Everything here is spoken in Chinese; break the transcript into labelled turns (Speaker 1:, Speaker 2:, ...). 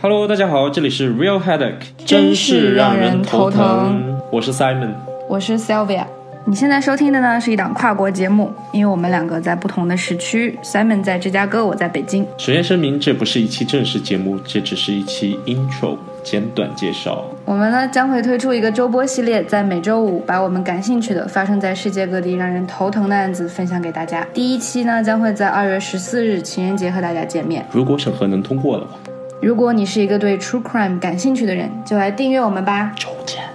Speaker 1: Hello，大家好，这里是 Real Headache，
Speaker 2: 真
Speaker 1: 是
Speaker 2: 是
Speaker 1: 让
Speaker 2: 让
Speaker 1: 人
Speaker 2: 人
Speaker 1: 头
Speaker 2: 头疼
Speaker 1: 疼。我是 Simon，
Speaker 2: 我是 Sylvia。
Speaker 3: 你现在收听的呢是一档跨国节目，因为我们两个在不同的时区，Simon 在芝加哥，我在北京。
Speaker 1: 首先声明，这不是一期正式节目，这只是一期 Intro，简短介绍。
Speaker 3: 我们呢将会推出一个周播系列，在每周五把我们感兴趣的、发生在世界各地让人头疼的案子分享给大家。第一期呢将会在二月十四日情人节和大家见面。
Speaker 1: 如果审核能通过的话，
Speaker 3: 如果你是一个对 True Crime 感兴趣的人，就来订阅我们吧。
Speaker 1: 抽签。